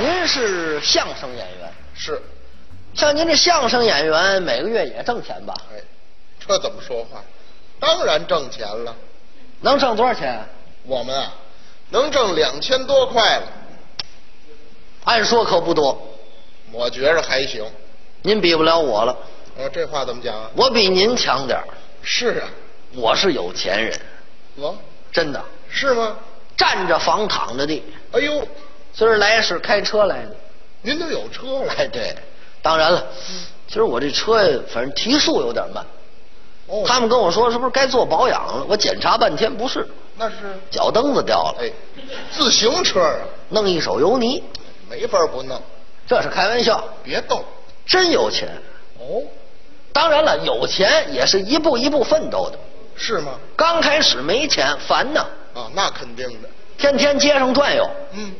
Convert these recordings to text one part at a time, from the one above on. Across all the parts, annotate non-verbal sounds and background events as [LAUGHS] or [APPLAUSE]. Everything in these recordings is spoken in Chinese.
您是相声演员，是，像您这相声演员，每个月也挣钱吧？哎，这怎么说话？当然挣钱了，能挣多少钱啊？我们啊，能挣两千多块了，按说可不多，我觉着还行。您比不了我了，我这话怎么讲啊？我比您强点儿是啊，我是有钱人，我真的，是吗？站着房躺着地。哎呦，今儿来是开车来的， [LAUGHS] 您都有车了，哎，对，当然了，今儿我这车呀，反正提速有点慢。哦，他们跟我说是不是该做保养了？我检查半天不是，那是脚蹬子掉了，哎，自行车啊，弄一手油泥，没法不弄，这是开玩笑，别动。真有钱。哦，当然了，有钱也是一步一步奋斗的。是吗？刚开始没钱，烦呐，啊，那肯定的。天天街上转悠，嗯，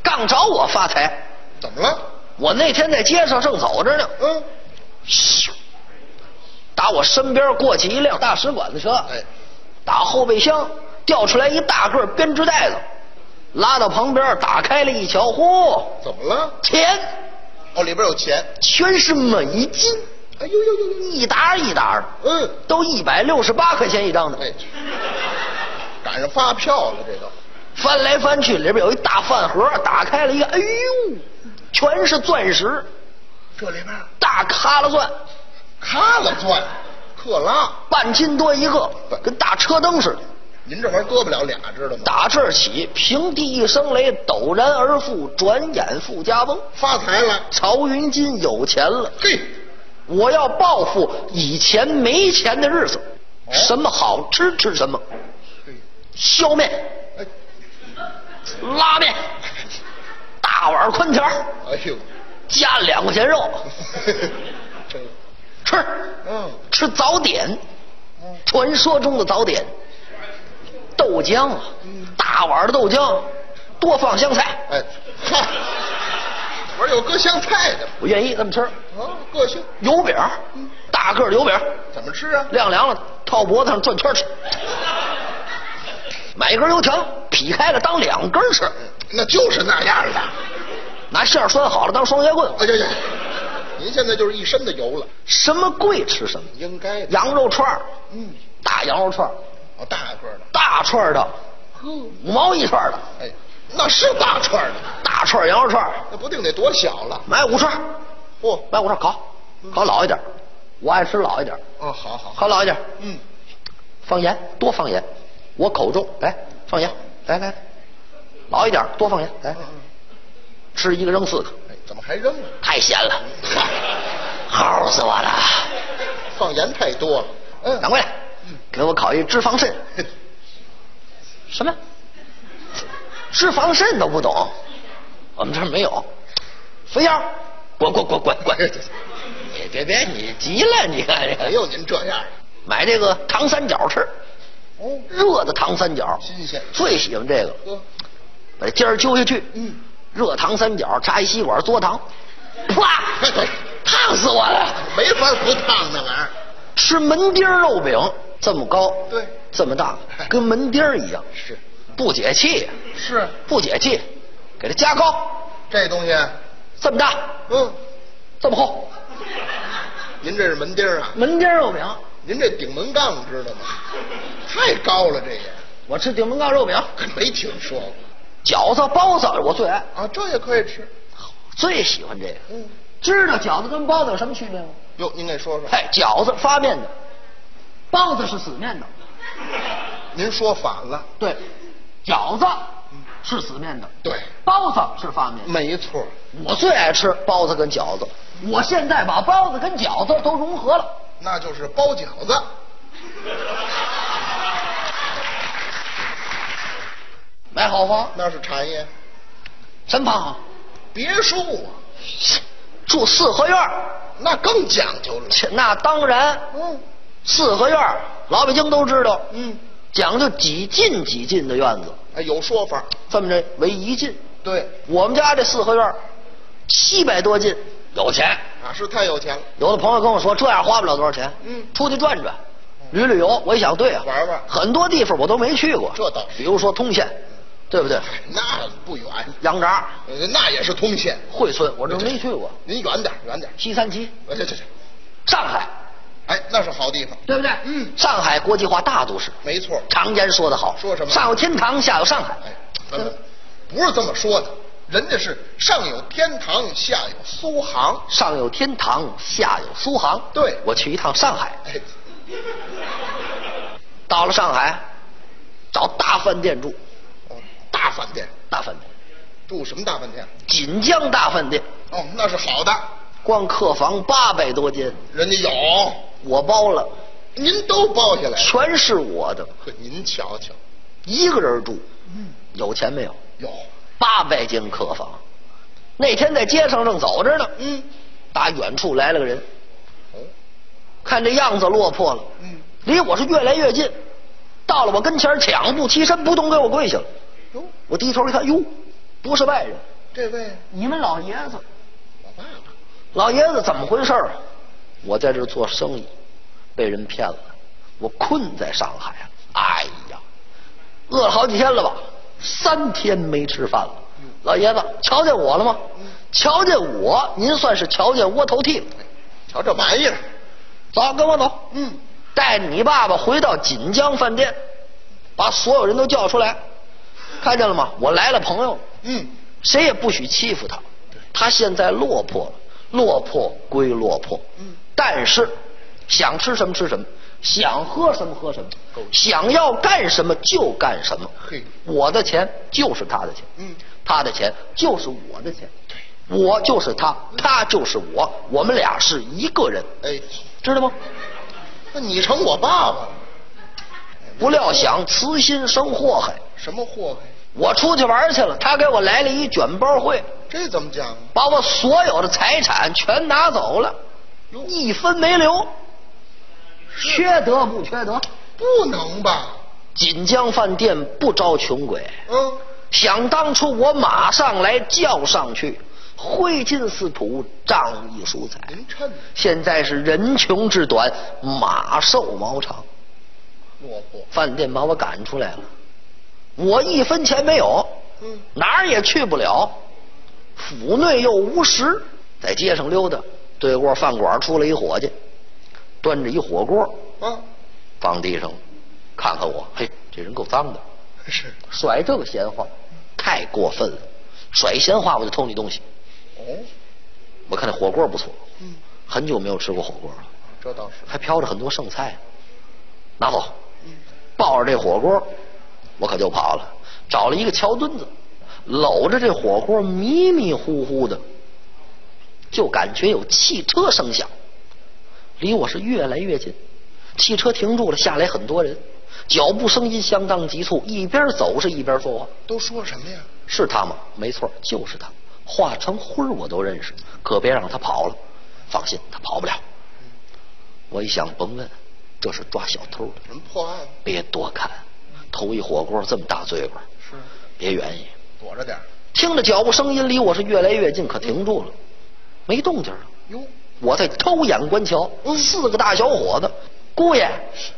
杠着我发财。怎么了？我那天在街上正走着呢，嗯，咻，打我身边过去一辆大使馆的车，哎，打后备箱掉出来一大个编织袋子，拉到旁边打开了一瞧，嚯，怎么了？钱哦，里边有钱。全是美金，哎呦呦呦呦，一沓一沓的，嗯，都一百六十八块钱一张的，哎，赶上发票了，这都。翻来翻去，里边有一大饭盒，打开了一个，哎呦，全是钻石，这里边大卡拉钻，卡了钻，克拉，半斤多一个，跟大车灯似的。您这玩意儿搁不了俩，知道吗？打这儿起，平地一声雷，陡然而富，转眼富家翁。发财了，曹云金有钱了，嘿，我要报复以前没钱的日子，哦什么好吃吃什么，嘿，削面、哎，拉面，大碗宽条，哎呦，加两块钱肉这个，吃，嗯，吃早点，嗯，传说中的早点，豆浆啊嗯，大碗的豆浆，多放香菜，哎，嗨，我说有搁香菜的， [LAUGHS] 我愿意这么吃。啊，搁香，油饼儿，大个儿油饼儿，怎么吃啊？晾凉了套脖子上转圈儿吃。买一根油条，劈开了当两根儿吃，嗯那就是那样的。拿馅儿拴好了当双截棍。哎呀呀，您现在就是一身的油了，什么贵吃什么，应该的。羊肉串儿，嗯，大羊肉串儿，哦，大个儿的，大串儿的，五毛一串儿的，哎，那是大串儿的，大串儿羊肉串儿，那不定得多小了。买五串儿，嚯、买五串儿烤，烤老一点儿，我爱吃老一点儿，哦，好好好，烤老一点儿，嗯，放盐，多放盐，我口重，来放盐，来来，来老一点儿，多放盐，来嗯，嗯，吃一个扔四个，哎，怎么还扔了？太咸了，齁死我了！放盐太多了。嗯，掌柜的， [LAUGHS] 给我烤一脂肪 [LAUGHS] 肾，什么？脂肪肾都不懂，我们这儿没有。肥腰，滚滚滚滚哎滚！ [LAUGHS] 别别别，你急了，你看这没个，有哎您这样。买这个糖三角吃，哦，热的糖三角，新鲜最喜欢这个，哥，把这尖儿揪下去，嗯，热糖三角插一吸管嘬糖，啪，烫死我了！没法不烫那玩意儿。吃门钉儿肉饼，这么高，对这么 [LAUGHS] 大，跟门钉儿一样，是不解气，是，不解气，给它加高，这东西，这么大，嗯，这么厚，您这是门钉儿啊？门钉儿肉饼，您这顶门杠知道吗？太高了，这也我吃顶门杠肉饼，没听说过饺子、包子我最爱，啊。这也可以吃。最喜欢这个。嗯，知道饺子跟包子有什么区别吗？哟，您给说说。哎，饺子发面的，包子是死面的，您说反了。对，饺子是死面的，对，包子是发面的。没错。我最爱吃包子跟饺子，我现在把包子跟饺子都融合了。那就是包饺子。买好房，那是产业，什么房？别墅啊，住四合院儿，那更讲究了。切那当然，嗯四合院儿，老北京都知道，嗯，讲究几进几进的院子，哎，有说法。这么着为一进。对，我们家这四合院儿，七百多进，有钱。啊，是太有钱了。有的朋友跟我说，这样花不了多少钱，嗯出去转转，旅旅游。我一想，对啊，玩玩很多地方我都没去过，这倒是比如说通县，对不对？那不远，杨闸、呃那也是通县。惠村，我这没去过。您远点儿，远点儿。西三旗、呃，这这这，上海，哎，那是好地方，对不对？嗯上海国际化大都市，没错。常言说得好，说什么上有天堂，下有上海。哎，咱们不是这么说的，人家是上有天堂，下有苏杭。上有天堂，下有苏杭。对我去一趟上海，哎，到了上海，找大饭店住，哦，大饭店大饭店，住什么大饭店？锦江大饭店，哦，那是好的，光客房八百多间，人家有，我包了，您都包下来了。全是我的，可您瞧瞧，一个人住，有钱没有？有，八百间客房。那天在街上正走着呢，嗯，打远处来了个人，哦，看这样子落魄了，嗯，离我是越来越近，到了我跟前儿抢步欺身，扑通给我跪下了。哟，我低头一看，哟，不是外人，这位你们老爷子，我爸爸，老爷子怎么回事儿啊？我在这儿做生意，被人骗了，我困在上海啊！哎呀，饿了好几天了吧？三天没吃饭了。老爷子，瞧见我了吗？瞧见我，您算是瞧见窝头剃了。瞧这玩意儿，走，跟我走。嗯，带着你爸爸回到锦江饭店，把所有人都叫出来，看见了吗？我来了朋友，嗯，谁也不许欺负他。他现在落魄了，落魄归落魄，嗯但是想吃什么吃什么，想喝什么喝什么，想要干什么就干什么。嘿我的钱就是他的钱，嗯他的钱就是我的钱，我就是他，他就是我，我们俩是一个人，哎，知道吗？那你成我爸爸了，不料想慈心生祸害，什么祸害？我出去玩去了，他给我来了一卷包会，这怎么讲啊？把我所有的财产全拿走了，一分没留，缺德不缺德？不能吧？锦江饭店不招穷鬼，嗯，想当初我马上来叫上去，挥金似土，仗义疏财。您趁现在是人穷志短，马瘦毛长，落魄，饭店把我赶出来了，我一分钱没有，嗯，哪儿也去不了，府内又无食，在街上溜达。对过饭馆出来一伙计，端着一火锅啊，放地上，看看我，嘿，这人够脏的，是，甩这个闲话，太过分了，甩闲话我就偷你东西。哦，我看那火锅不错，嗯，很久没有吃过火锅了，这倒是，嗯还飘着很多剩菜呢，拿走，抱着这火锅，我可就跑了，找了一个桥墩子，搂着这火锅迷迷糊糊的，就感觉有汽车声响，离我是越来越近，汽车停住了，下来很多人，脚步声音相当急促，一边走是一边说话。都说什么呀？是他吗？没错，就是他。化成灰儿我都认识，可别让他跑了。放心，他跑不了。嗯我一想，甭问，这是抓小偷的，什么破案？别多看。头一火锅这么大嘴巴，是，别愿意。躲着点儿听着脚步声音离我是越来越近，可停住了，没动静了。哟，我在偷眼观瞧，嗯四个大小伙子，姑爷，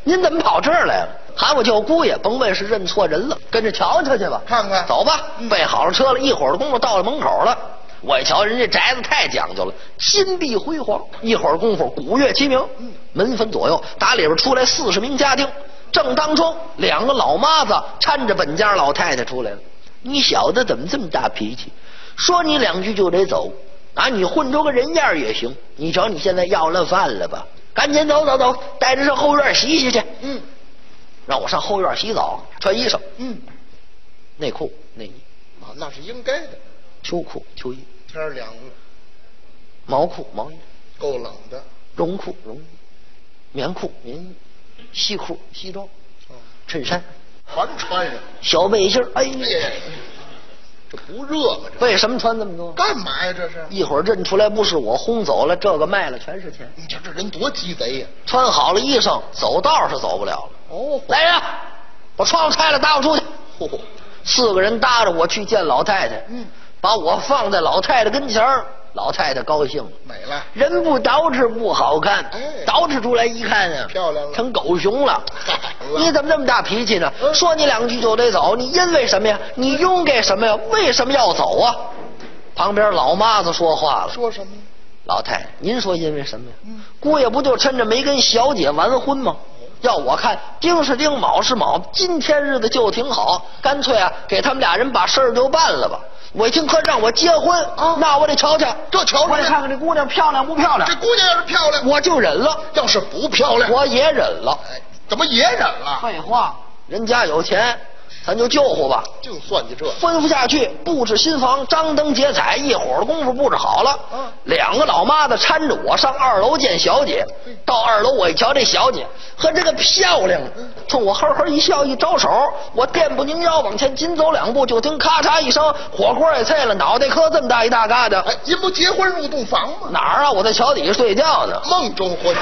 您怎么跑这儿来了？喊我叫姑爷，甭问是认错人了，跟着瞧瞧去吧，看看嗯走吧，备好了车了，一会儿的功夫到了门口了。我一瞧，人家宅子太讲究了，金碧辉煌。一会儿功夫，鼓乐齐鸣，门分左右，打里边出来四十名家丁。正当中，两个老妈子搀着本家老太太出来了。你小子怎么这么大脾气？说你两句就得走啊！你混出个人样儿也行。你瞧你现在要了饭了吧？赶紧走走走，带着上后院洗洗去。嗯让我上后院洗澡，穿衣裳，嗯，内裤、内衣、啊，那是应该的，秋裤、秋衣、天儿凉了，毛裤、毛衣、够冷的，绒裤、绒衣、棉裤、棉衣、西裤、西装、啊，衬衫、全穿上。小背心儿。哎哎呀，呀，这不热吗？这为什么穿这么多？干嘛呀？这是？一会儿认出来不是我，轰走了，这个卖了全是钱。你瞧这人多鸡贼呀！穿好了衣裳，走道是走不了了。哦来人，把窗户拆了，搭我出去。嚯，四个人搭着我去见老太太，嗯，把我放在老太太跟前儿，老太太高兴了，美了，人不捯饬不好看哎，捯饬出来一看啊，漂亮了成狗熊 [LAUGHS] 了嗨。你怎么这么大脾气呢？嗯说你两句就得走，你因为什么呀？你因为什么呀？为什么要走啊？旁边老妈子说话了，说什么？老太太，您说因为什么呀？嗯姑爷不就趁着没跟小姐完婚吗？要我看，丁是丁，卯是卯，今天日子就挺好，干脆啊，给他们俩人把事儿就办了吧。我一听可让我结婚，那我得瞧瞧，这瞧啊瞧我得看看这姑娘漂亮不漂亮这，姑娘要是漂亮，我就忍了，要是不漂亮，我也忍了。哎，怎么也忍了？废话，人家有钱，咱就救护吧。净算计这个，吩咐下去，布置新房，张灯结彩，一会儿的功夫布置好了。嗯两个老妈子搀着我上二楼见小姐。到二楼，我一瞧这小姐和这个漂亮，冲我呵呵一笑，一招手，我垫步拧腰往前紧走两步，就听咔嚓一声，火锅也碎了，脑袋磕这么大一哎大疙瘩。哎，您不结婚入洞房吗？哪儿啊？我在桥底下睡觉呢。梦中婚，